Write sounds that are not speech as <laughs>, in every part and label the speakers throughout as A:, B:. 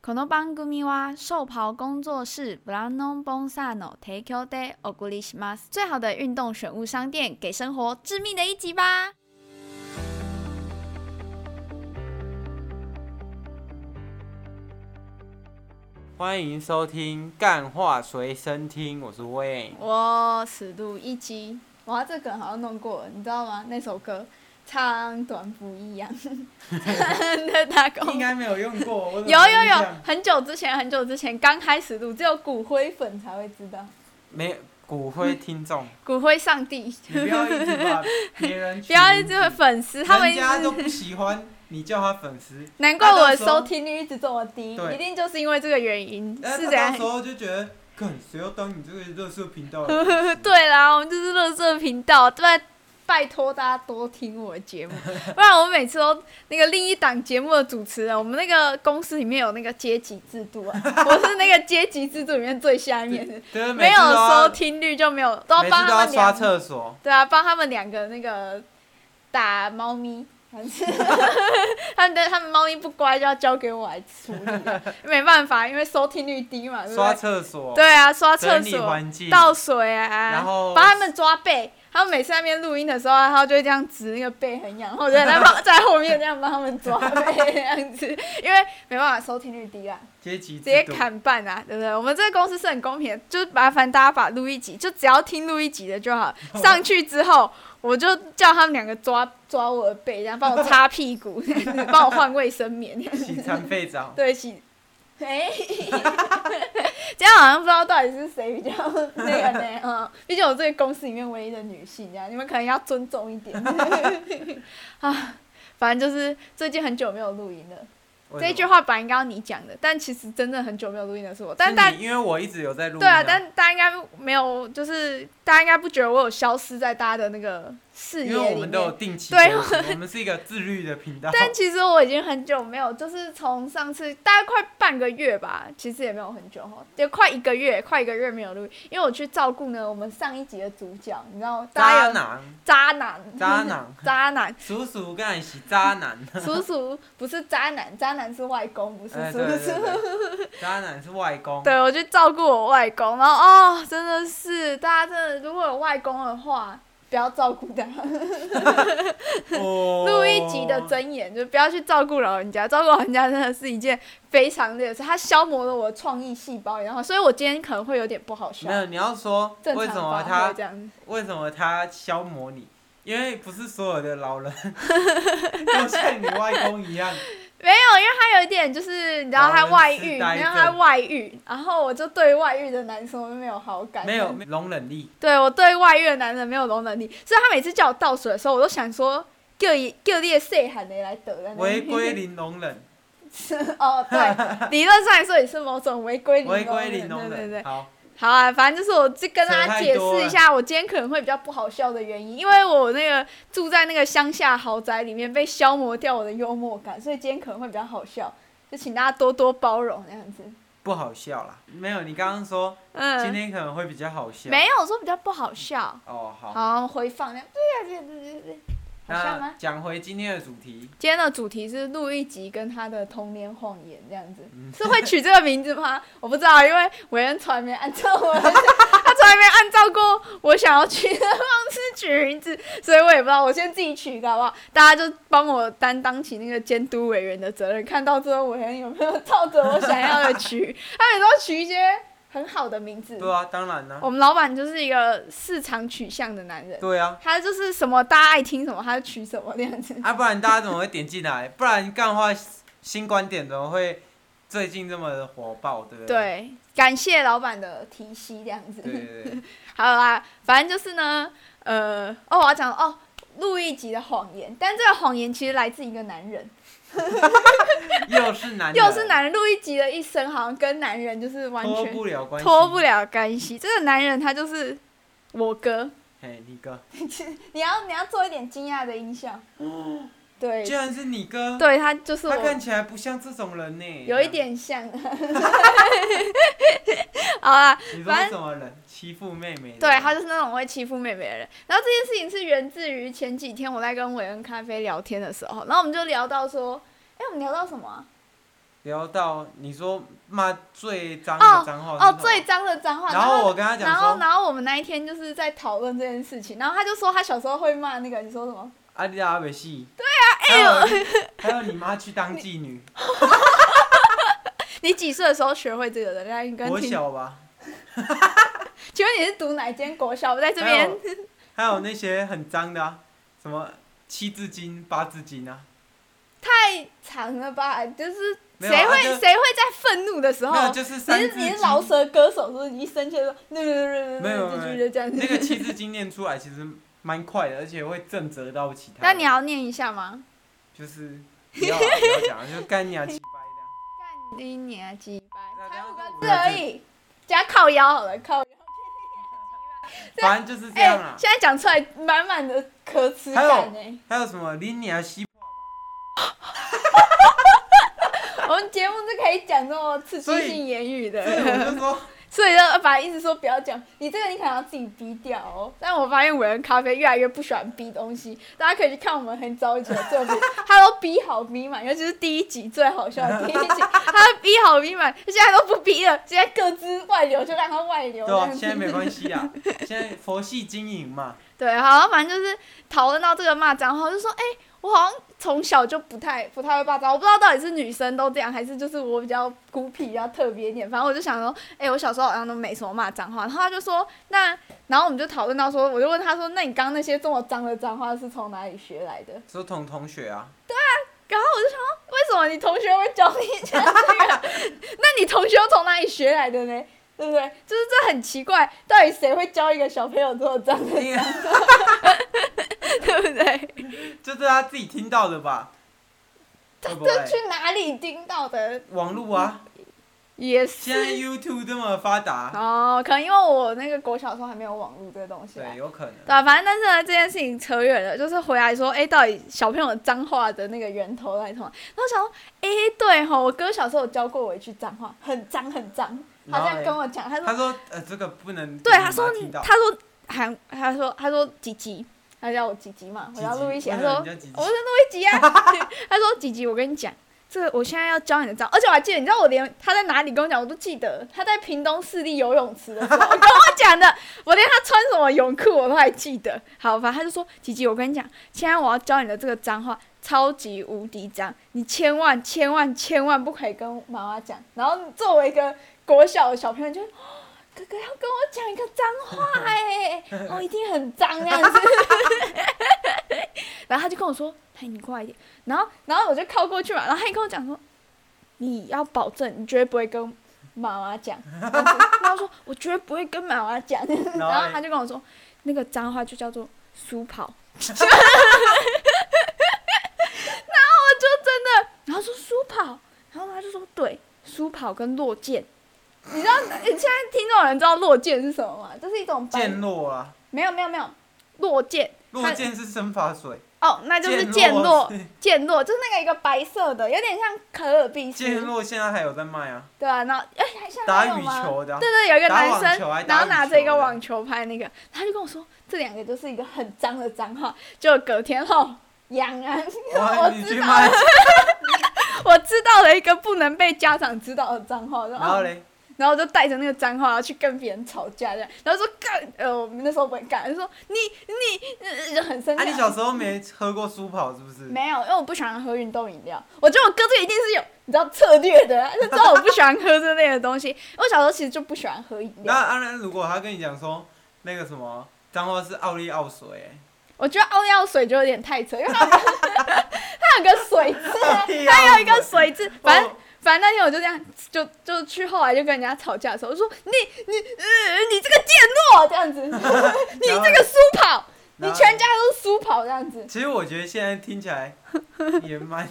A: この番組は寿袍工作室ブランドボンサーの提供でお送りします。最好的运动选物商店，给生活致命的一击吧！
B: 欢迎收听《干话随身听》，我是 Wayne。
A: 我尺度一击，哇，这梗好像弄过了，你知道吗？那首歌唱短不一 <laughs> 样，唱的打工
B: 应该没有用过，我怎么
A: 有有
B: 印
A: 有
B: 象，
A: 很久之前，很久之前刚开始录，只有骨灰粉才会知道，
B: 没有骨灰听众，
A: <laughs> 骨灰上帝，
B: 你不要一直把别人
A: 不要一
B: 取
A: 直会粉丝，他们一
B: 人家都
A: 直，
B: 不喜欢，你叫他粉丝，
A: <laughs> 难怪我的
B: 他到时候
A: 收听率一直这么低，
B: 对
A: 一定就是因为这个原因，
B: 但
A: 是
B: 呃他
A: 怎
B: 到
A: 样
B: 时？候就觉得，干谁要当你这个热色频道？
A: <laughs> 对啦，我们就是乐色频道，对，拜托大家多听我的节
B: <laughs>
A: 目，不然我每次都那个另一档节目的主持人，我们那个公司里面有那个阶级制度
B: <laughs>
A: 啊，我是那个阶级制度里面最下面的，
B: 就是每
A: 没
B: 次
A: 有
B: 都要
A: 收听率就没有，都
B: 每
A: 帮
B: 次都
A: 他
B: 要
A: 们
B: 刷
A: 量
B: 厕所，
A: 对啊，帮他们两个那个打猫咪， <laughs> 反正他们的他们猫咪不乖就要交给我来处理啊，没办法，因为收听率低嘛，对不
B: 刷
A: 对？
B: 厕所，
A: 对啊，刷厕
B: 整理
A: 所、
B: 环境，
A: 倒水啊，
B: 然后
A: 帮他们抓背。他们每次在那边录音的时候，他就会这样指那个背很痒，然后我就在帮在后面这样帮他们抓背这样子，因为没办法收听率低啊，
B: 阶级制
A: 直接
B: 度，
A: 砍半啊，对不对？我们这个公司是很公平的，就是麻烦大家把录一集，就只要听录一集的就好。上去之后，我就叫他们两个抓抓我的背，然后帮我擦屁股， <laughs> 帮我换卫生棉， <laughs>
B: 洗残废长，
A: 对，洗。哎、 <laughs> 这样好像不知道到底是谁比较那个呢？嗯，毕竟我这个公司里面唯一的女性，这样你们可能要尊重一点 <laughs> 啊。反正就是最近很久没有录音了。
B: 为
A: 这
B: 什
A: 一句
B: 么
A: 话本来应该要你讲的，但其实真的很久没有录音的是我，但
B: 是
A: 大
B: 你啊因为我一直有在录音，
A: 对啊，但大家应该没有，就是大家应该不觉得我有消失在大家的那个视
B: 因
A: 野
B: 为我
A: 里
B: 们都有
A: 面。
B: 定期
A: 对
B: 更新，我们是一个自律的频道，
A: 但其实我已经很久没有，就是从上次大概快半个月吧，其实也没有很久哈，也快一个月，快一个月没有录音，因为我去照顾呢我们上一集的主角，你知道大家
B: 渣
A: 有
B: 男，
A: 渣男，
B: 渣男，
A: 渣男，
B: 叔叔跟你洗渣
A: <laughs>
B: 男，
A: 叔叔不是渣男，渣男是外公，不是
B: 哎，
A: 叔
B: 对对
A: 叔。
B: 对，对渣男是外公，
A: 对，我去照顾我外公，然后哦，真的是大家真的，如果有外公的话，不要照顾他。
B: 哦
A: 录一集的箴言，就不要去照顾老人家，照顾老人家真的是一件非常累的事，它消磨了我的创意细胞，然后，所以我今天可能会有点不好笑
B: 没。有，你要说
A: 正
B: 为
A: 常
B: 什么
A: 发挥
B: 他
A: 这样子，
B: 为什么他消磨你？因为不是所有的老人都像你外公一
A: <laughs>
B: 样，
A: 没有，因为他有一点就是，你知道
B: 老
A: 他
B: 人
A: 外
B: 痴
A: 遇，
B: 呆
A: 然后他
B: 症
A: 外遇，然后我就对外遇的男生没有好感，
B: 没有容忍力，
A: 对我对外遇的男人没有容忍力，所以他每次叫我倒水的时候，我都想说叫一叫你的细汉的来倒在那里
B: 违规零容忍，
A: <laughs> 哦，对，理论上来说也是某种违规零容
B: 违
A: 忍
B: 规零容
A: 对对
B: 忍，
A: 对。
B: 好，
A: 好啊，反正就是我就跟大家解
B: 扯太多
A: 释
B: 了
A: 一下，我今天可能会比较不好笑的原因，因为我那个住在那个乡下豪宅里面被消磨掉我的幽默感，所以今天可能会比较好笑，就请大家多多包容这样子。
B: 不好笑啦。没有，你刚刚说今
A: 嗯，
B: 天可能会比较好笑，
A: 没有我说比较不好笑。
B: 哦，好，
A: 好，回放这样，对呀、对对对对对，好笑吗
B: 那？讲回今天的主题，
A: 今天的主题是录一集跟他的童年谎言这样子，
B: 嗯
A: 是会取这个名字吗？ <laughs> 我不知道，因为韦恩从来没按照我的，他从来没按照过我想要取的方式取名字，所以我也不知道，我先自己取的好不好？大家就帮我担当起那个监督委员的责任，看到最后韦恩有没有照着我想要的
B: <laughs>
A: 取，他每次都取一些很好的名字。
B: 对啊，当然啦，
A: 我们老板就是一个市场取向的男人，
B: 对啊，
A: 他就是什么大家爱听什么，他就取什么那样子。
B: 啊，不然大家怎么会点进来？不然干话新观点怎么会最近这么火爆？对不对？
A: 对，感谢老板的提携，这样子。
B: 对对对，
A: <laughs> 好啦，反正就是呢，呃，哦，我要讲哦，录一集的谎言，但这个谎言其实来自一个男人，
B: 又是
A: <laughs>
B: 男人，
A: 又是男人，录一集的一生好像跟男人就是完
B: 脱
A: 全
B: 不了关系，
A: 脱不了干系。这个男人他就是我哥， <laughs>
B: 嘿，你哥，
A: 你要你要做一点惊讶的音效，对，
B: 居然是你哥，
A: 对他就是
B: 哦他
A: 我
B: 看起来不像这种人呢，
A: 有一。点像， <laughs> 好啦，
B: 你说
A: 反正
B: 什么人欺负妹妹的？
A: 对他就是那种会欺负妹妹的人。然后这件事情是源自于前几天我在跟韦恩咖啡聊天的时候，然后我们就聊到说，哎、我们聊到什么啊、
B: 聊到你说骂最脏
A: 哦
B: 的脏话是
A: 哦
B: 什，么
A: 最脏的脏话。
B: 然后我跟他
A: 然
B: 讲
A: 后，
B: 说，
A: 然后我们那一天就是在讨论这件事情，然后他就说他小时候会骂那个，你说什么？ <laughs>
B: 阿丽阿北戏，对啊，哎呦，还有你妈去当
A: <laughs>
B: 妓女，
A: 你几岁的时候学会这个的？来，你跟
B: 国
A: 听，
B: 小吧，
A: 请问你是读哪间国小？我在这
B: 还
A: 边
B: 有还有那些很脏的啊，什么七字经、八字经啊，
A: 太长了吧？就是
B: 没有
A: 谁
B: 啊
A: 会
B: 就
A: 谁会在愤怒的时候
B: 没？有就是
A: 你
B: 三
A: 是
B: 字
A: 你
B: 经
A: 是，饶舌歌手，是不是？你一生气就说，那那
B: 没
A: 那
B: 有
A: 那
B: 没
A: 那
B: 有
A: 就这样
B: 那个
A: 子。
B: 七字经念出来其实蛮快的，而且会震慑到其他
A: 那
B: 人。
A: 你要念一下吗？
B: 就是不要啊不要
A: <laughs>
B: 讲啊，就干你啊，鸡掰的啊。
A: 干你娘鸡掰！
B: 那
A: 才五个字
B: 这样
A: 而
B: 子
A: 已，加靠腰好了，
B: <laughs>
A: 靠腰。
B: 反正就是这
A: 哎
B: 样啦。
A: 现在讲出来满满的可耻
B: 还有
A: 感哎。
B: 还有什么拎你
A: <laughs>
B: 啊西瓜
A: 我们节目是可以讲这么刺激性言语
B: 吧？所以我
A: 的，
B: 就说，
A: 所以要把一直说不要讲，你这个你可能要自己逼掉哦。但我发现伟人咖啡越来越不喜欢逼东西，大家可以去看我们很早以前的作品，他都逼好逼满，尤其是第一集最好笑的第一集，他逼好逼满，现在都不逼了，现在各自外流就让它外流。
B: 对吧、啊
A: 这样子
B: 现在没关系啊，现在佛系经营嘛，
A: 对，好，反正就是讨论到这个骂脏话，我就说，哎、我好像从小就不太不太会骂脏话，我不知道到底是女生都这样，还是就是我比较孤僻，比较特别一点。反正我就想说，哎、我小时候好像都没什么骂脏话。然后他就说，那然后我们就讨论到说，我就问他说，那你刚刚那些这么脏的脏话是从哪里学来的？
B: 说同同
A: <laughs>
B: 学啊，
A: 然后我就想说，为什么你同学会教你讲这个？ <laughs> 那你同学又从哪里学来的呢？对不对？就是这很奇怪，到底谁会教一个小朋友这么脏的， <laughs>
B: 因为 <laughs>
A: 对不对？
B: 就是他自己听到的吧？
A: 他
B: 会不
A: 这
B: 会
A: 去哪里听到的？
B: 网络啊，
A: 嗯也
B: 现在
A: 是
B: YouTube 这么发达，
A: 哦，可能因为我那个国小的时候还没有网络这个东西、啊
B: 对，。有可能。
A: 对啊，反正但是呢，这件事情扯远了，就是回来说，哎、到底小朋友脏话的那个源头来从哪？然后想说，哎、对吼，我哥小时候有教过我一句脏话，很脏很脏，他
B: 然
A: 这
B: 后
A: 样
B: 嘞
A: 跟我讲，他说，
B: 他说，呃，这个不能
A: 对，
B: 给你
A: 他说
B: 妈听，到，
A: 他说喊，他说，他说吉吉，他叫我吉吉嘛，我
B: 几
A: 叫
B: 集
A: 陆一贤，
B: 为
A: 他
B: 什
A: 说
B: 么你叫几集
A: 我是录一集啊。他说姐姐，我跟你讲，这个我现在要教你的招，而且我还记得，你知道我连他在哪里跟我讲，我都记得。他在屏东市立游泳池的时候跟我讲的，我连他穿什么泳裤我都还记得。好，反正他就说姐姐，我跟你讲，现在我要教你的这个脏话。超级无敌脏，你千万千万千万不可以跟妈妈讲。然后作为一个国小的小朋友就， <gasps> 哦哥哥要跟我讲一个脏话哎、我、一定很脏啊那样子。然后他就跟我说：“嘿，你过来一点。”然后，然后我就靠过去嘛，然后他就跟我讲说：“你要保证，你绝对不会跟妈妈
B: <laughs>
A: 讲。”然后我说：“我绝对不会跟妈妈讲。”然
B: 然后
A: 后
B: 嘞
A: 他就跟我说：“那个脏话就叫做苏
B: <laughs>
A: 跑。”然后我就真的，然后说苏跑，然后他就说：“对，苏跑跟落剑。”你知道你现在听众有人知道落剑是什么吗？这是一种白
B: 剑落啊，
A: 没有没有没有落剑
B: 落剑是生发水，
A: 哦，那就是剑落，
B: <laughs>
A: 剑落就是那个一个白色的，有点像可尔必斯，
B: 剑落现在还有在卖啊，
A: 对啊，然后哎，还像 <laughs>
B: 打
A: 还有
B: 羽
A: 吗？
B: 球的啊，
A: 对对，有一个
B: 打
A: 男
B: 网球啊还
A: 生，
B: 打
A: 然后
B: 羽
A: 拿
B: 球
A: 着一个
B: 的
A: 网球拍那个，他就跟我说这两个就是一个很脏的脏话，就隔天后。杨安，<laughs>
B: 哇，
A: 我
B: 你
A: 知
B: 去
A: 道，
B: 卖，
A: 我知道了一个不能被家长知道的脏话，然
B: 然后嘞，
A: 然后就带着那个脏话，然后去跟别人吵架这样，然后说干，呃，我们那时候不会干，就说你你、呃就很生气。
B: 啊，你小时候没喝过苏跑是不是？
A: 没有，因为我不喜欢喝运动饮料。我觉得我哥这一定是有你知道策略的
B: <laughs>
A: 啊，他就知道我不喜欢喝这类的东西。我小时候其实就不喜欢喝饮
B: 那
A: 料，
B: 当然，如果他跟你讲说那个什么脏话是奥利奥水、欸，
A: 我觉得奥利奥水就有点太扯，因
B: <laughs>
A: 为它有个它有个水字啊，
B: 还
A: 它有一个水字，反正
B: 哎哦。
A: 反正那天我就这样，就就去后来就跟人家吵架的时候，我说你你呃你这个贱诺这
B: <laughs>
A: 样子，你
B: 然后
A: 这个苏跑，你
B: 然后
A: 全家都是苏跑这样子，
B: 其实我觉得现在听起来 <laughs> 也蛮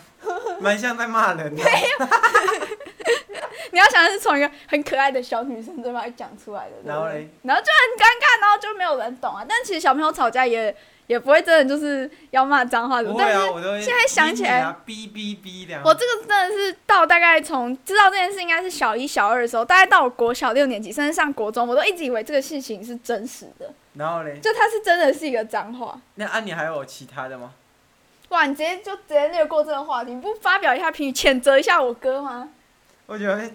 B: 蛮像在骂人的，
A: 你要想是从一个很可爱的小女生嘴巴讲出来的，对不对
B: 然后嘞
A: 然后就很尴尬，然后就没有人懂啊。但其实小朋友吵架也也不会真的就是要骂脏话的，
B: 不
A: 但
B: 会
A: 是
B: 啊，我都会
A: 现在想起来
B: 逼你啊，哔哔哔这样。
A: 我这个真的是到大概从知道这件事应该是小一小二的时候，大概到我国小六年级，甚至上国中，我都一直以为这个事情是真实的，
B: 然后嘞，
A: 就它是真的是一个脏话。
B: 那啊你还有其他的吗？
A: 哇，你直接就直接略过这个话题，你不发表一下评语，谴责一下我哥吗？
B: 我觉得 <laughs> 哎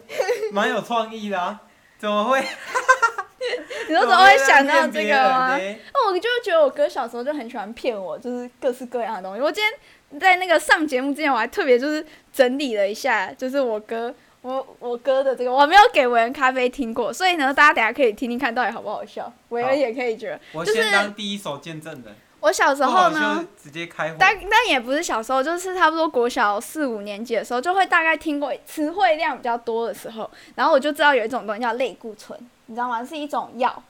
B: 蛮有创意的啊，怎
A: <laughs>
B: 么会？
A: 你那时候会想到
B: 怎么
A: 这
B: 会
A: 个
B: 让
A: 吗？
B: 别人呢
A: 那我就觉得我哥小时候就很喜欢骗我，就是各式各样的东西。我今天在那个上节目之前，我还特别就是整理了一下，就是我哥我我哥的这个，我没有给韦恩咖啡听过，所以呢，大家等一下可以听听看到底好不好笑。韦
B: 好
A: 恩也可以觉得，
B: 我
A: 就是
B: 先当第一手见证人，
A: 我小时
B: 不好
A: 候
B: 就
A: 呢，
B: 直接开火。
A: 但但也不是小时候，就是差不多国小四五年级的时候，就会大概听过词汇量比较多的时候，然后我就知道有一种东西叫类固醇，你知道吗？是一种药，
B: 哦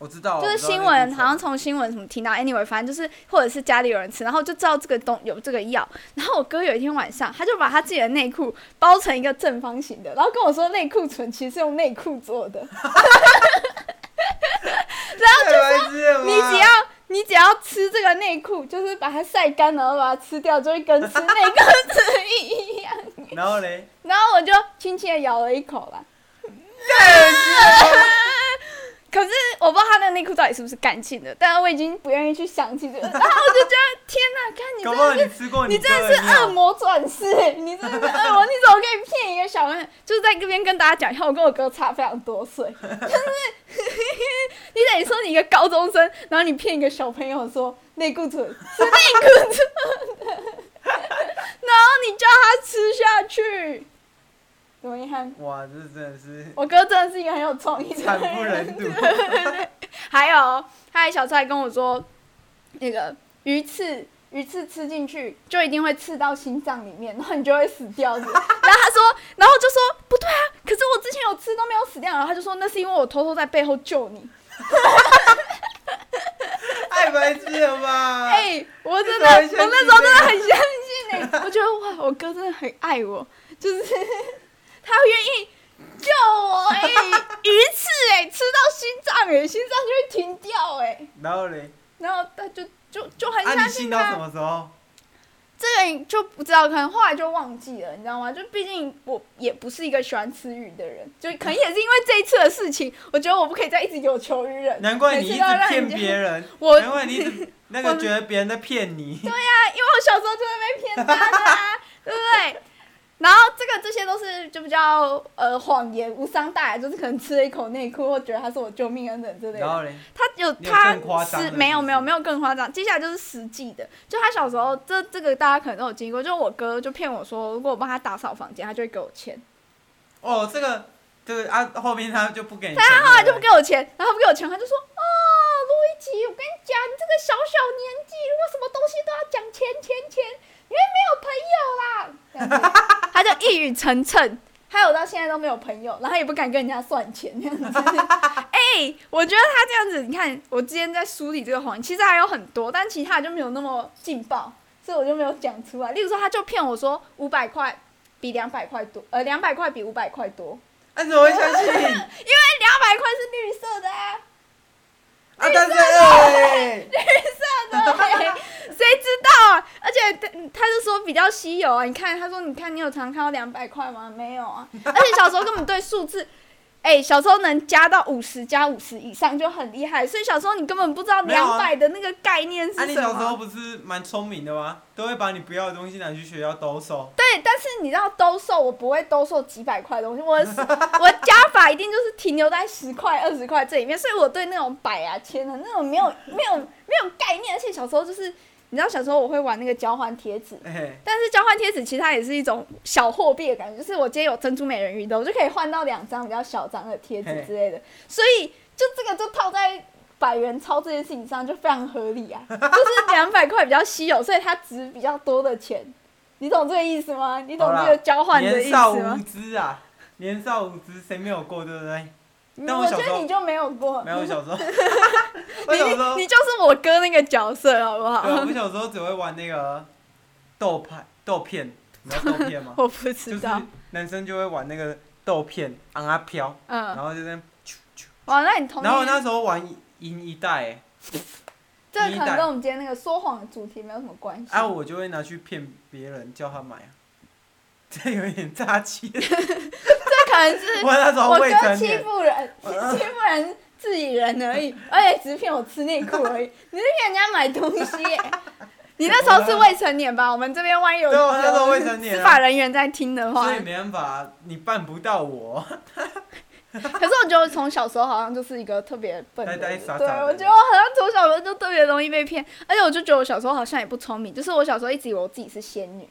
B: 我知道，
A: 就是
B: 我知道
A: 新
B: 那
A: 闻
B: 部分
A: 好像从新闻什么听到，anyway，反正就是或者是家里有人吃，然后就知道这个东有这个药。 <laughs> 然后我哥有一天晚上，他就把他自己的内裤包成一个正方形的，然后跟我说类固醇其实是用内裤做
B: <laughs>
A: 的，
B: 太白痴了吧
A: 你只要你只要吃这个内裤，就是把它晒干，然后把它吃掉，就会跟吃内裤子 <laughs> 一样。
B: 然后嘞，
A: 然后我就轻轻的咬了一口啦。 <laughs> 可是我不知道他的内裤到底是不是干净的，但我已经不愿意去想起这个。然后我就觉得，天哪，看你
B: 搞
A: 真
B: 不好
A: 的
B: 你
A: 是，
B: 吃过
A: 你
B: 哥
A: 真的是
B: 尿
A: 恶魔转世，你真的是恶魔，你怎么可以骗一个小朋友？就是在这边跟大家讲一下，我跟我哥差非常多岁，就是 <laughs> 你等于说你一个高中生，然后你骗一个小朋友说内裤腿是内裤做的， <laughs> 然后你叫他吃下去，多遗憾。
B: 哇，这真的是
A: 我哥真的是一个很有创意的
B: 惨
A: <laughs>
B: 不忍睹。
A: 还有，他还小时候还跟我说，那个鱼刺，鱼刺吃进去就一定会刺到心脏里面，然后你就会死掉
B: <laughs>
A: 的。然后他说，然后我就说不对啊，可是我之前有吃都没有死掉。然后他就说那是因为我偷偷在背后救你。
B: 太白痴了吧？
A: <laughs> 哎、我真的，
B: 你
A: 我
B: 怎么会相信
A: 那时候真的很相信哎、我觉得哇，我哥真的很爱我，就是 <laughs> 他愿意救我哎、鱼刺哎、吃到心脏哎、心脏就会停掉哎、
B: 然后嘞，
A: 然后他就就就很
B: 啊，
A: 相
B: 你信
A: 信
B: 到什
A: 他。
B: 么时候？
A: 这个就不知道，可能后来就忘记了，你知道吗？就毕竟我也不是一个喜欢吃鱼的人，就可能也是因为这一次的事情，我觉得我不可以再一直有求于人。
B: 难怪你一
A: 每次
B: 直
A: 都要让
B: 骗
A: 人家
B: 别人，
A: <laughs> 我
B: 难怪你一
A: <laughs>
B: 直那
A: 我
B: 个觉得别人在骗你。
A: 因为我小时候就会被骗到的、啊，
B: <laughs>
A: 对不对？然后这个这些都是就比较呃谎言，无伤大雅，就是可能吃了一口内裤，或觉得他是我救命恩人之类
B: <laughs> 然
A: 的。 <laughs>
B: 后嘞，
A: 他有
B: 你有更
A: 他
B: 夸张
A: 实
B: 的是不是
A: 没有没有没有更夸张，接下来就是实际的，就他小时候这这个大家可能都有经历过，就我哥就骗我说，如果我帮他打扫房间，他就会给我钱，
B: 哦，这个对啊，后面他就不给你钱
A: 但
B: 了。
A: 他后来就不给我钱，然后他不给我钱，他就说哦，路易吉，我跟你讲，你这个小小年纪，如果什么东西都要讲钱钱钱，你会没有朋友啦。这样子他就一语成谶，还有到现在都没有朋友，然后也不敢跟人家算钱这样子。 <laughs> 哎、我觉得他这样子，你看我之前在梳理这个谎言，其实还有很多，但其他就没有那么劲爆，所以我就没有讲出来。例如说，他就骗我说五百块比两百块多，呃，两百块比五百块多，哎
B: 啊，你怎么会相
A: <laughs>
B: 信？
A: 两百块是绿色的啊。
B: 啊，但是哎，
A: <laughs> 谁知道啊？而且他他是说比较稀有啊，你看他说你看你有常看到两百块吗？没有啊， <laughs> 而且小时候根本对数字。哎、小时候能加到五十加五十以上就很厉害，所以小时候你根本不知道
B: 没有
A: 两
B: 啊
A: 百的那个概念是
B: 啊，你
A: 什
B: 小
A: 么。
B: 时候不是蛮聪明的吗？都会把你不要的东西拿去学校兜售。
A: 对，但是你知道兜售，我不会兜售几百块的东西，我的 <laughs> 我的加法一定就是停留在十块、二十块这里面，所以我对那种百啊、千啊那种没有没有没有概念，而且小时候就是你知道小时候我会玩那个交换贴纸，
B: 哎，
A: 但是交换贴纸其实它也是一种小货币的感觉，就是我今天有珍珠美人鱼的，我就可以换到两张比较小张的贴纸之类的，所以就这个就套在百元钞这件事情上就非常合理
B: <laughs>
A: 啊，就是两百块比较稀有，所以它值比较多的钱，你懂这个意思吗？你懂
B: 好啦
A: 这个交 <laughs> 换的意
B: 年
A: 思
B: 少无
A: 吗？
B: 知啊，年少无知，谁没有过，对不对？
A: 嗯
B: 但我
A: 我
B: 小
A: 觉
B: 时候
A: 得你就没有过，
B: 没有，我小
A: <laughs>
B: 时候，我小时候，
A: 你你就是我哥那个角色，好不
B: 对，我
A: 好？
B: 们小时候只会玩那个豆派豆片，你知道豆片吗
A: <laughs> ？我不
B: 就
A: 知
B: 是
A: 道，
B: 男生就会玩那个豆片，让它飘，然
A: 嗯，哦
B: 后就在那，
A: 哇，那你童
B: 然后
A: 年
B: 那时候玩银一代，欸
A: 这个可
B: 一代
A: 能跟我们今天那个说谎的主题没有什么关系。
B: 啊，我就会拿去骗别人，叫他买啊， <laughs> 这有点诈
A: <laughs>
B: 欺。
A: 这可能是
B: 我那时候
A: <laughs> 我
B: 未
A: 哥
B: 成
A: 欺
B: 年，
A: 负人，
B: 啊
A: 欺负人
B: <laughs> <laughs>
A: 自己人而已，而且只骗我吃内裤而已，你是骗人家买东西耶、你那时候是未成年吧？我们这边万一有
B: 对我那时候
A: 有
B: 未成年啊
A: 司法人员在听的话
B: 所，以没办法，你办不到我。 <laughs>
A: 可是我觉得我从小时候好像就是一个特别笨的人，
B: 呆呆傻傻
A: 对啊
B: 的
A: 我觉得我好像从小时候就特别容易被骗，而且我就觉得我小时候好像也不聪明，就是我小时候一直以为我自己是仙女，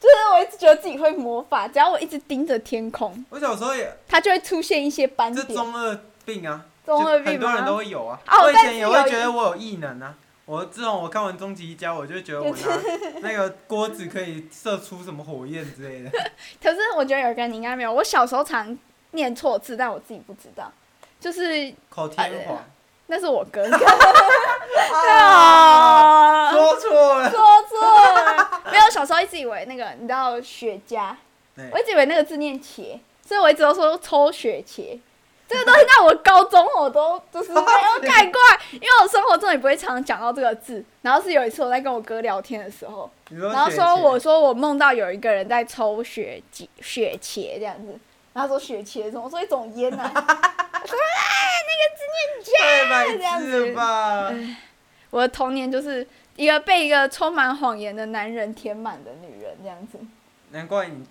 A: 就是我一直觉得自己会魔法，只要我一直盯着天空，
B: 我小时候也
A: 它就会出现一些斑
B: 这
A: 点。
B: 中二病啊，
A: 中二
B: 就
A: 病
B: 很多人都
A: 吗？
B: 会有啊。
A: 哦
B: 我以
A: 但是
B: 前也会
A: 有
B: 觉得我有异能啊。我自从我看完《终极一家》，我就觉得我拿那个锅子可以射出什么火焰之
A: <laughs>
B: 类的。
A: 可是我觉得有一个你应该没有，我小时候常念错字，但我自己不知道，就是
B: 口天皇，
A: 那是我哥。
B: 啊，说错了。
A: 说错了，没有，小时候一直以为那个，你知道雪茄，
B: 对
A: 我一直以为那个字念茄，所以我一直都说抽雪茄。这个东西到我高中我都就是没有改过来，因为我生活中也不会常讲到这个字。然后是有一次我在跟我哥聊天的时候，
B: 你说
A: 然后
B: 雪
A: 说
B: 茄
A: 我说我梦到有一个人在抽雪茄雪茄这样子，然后他说雪茄是什么，我说一种烟呐、啊， <laughs>
B: 太白
A: 这样
B: 痴了
A: 子哎
B: 吧？
A: 我的童年就是一个被一个充满谎言的男人填满的女人这样子。
B: 难怪你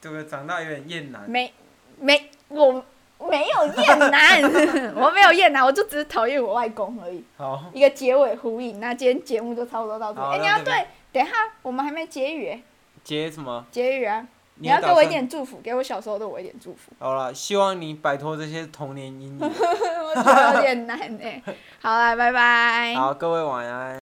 B: 这个长大有点厌男。
A: 没没，我没有厌男， <laughs> 我没有厌男，我就只是讨厌我外公而已。
B: 好，
A: 一个结尾呼应，那今天节目就差不多到这里。
B: 好
A: 哎、你
B: 到
A: 要
B: 这
A: 对
B: 边，
A: 等一下我们还没结语欸，
B: 结什么？
A: 结语啊！你
B: 有
A: 要给我
B: 打
A: 一
B: 算，
A: 点祝福，给我小时候的我一点祝福
B: <laughs> 好了，希望你摆脱这些童
A: <laughs>
B: 年阴影。
A: 欸我觉得有点难哎、好啦，拜拜。
B: 好，各位晚安。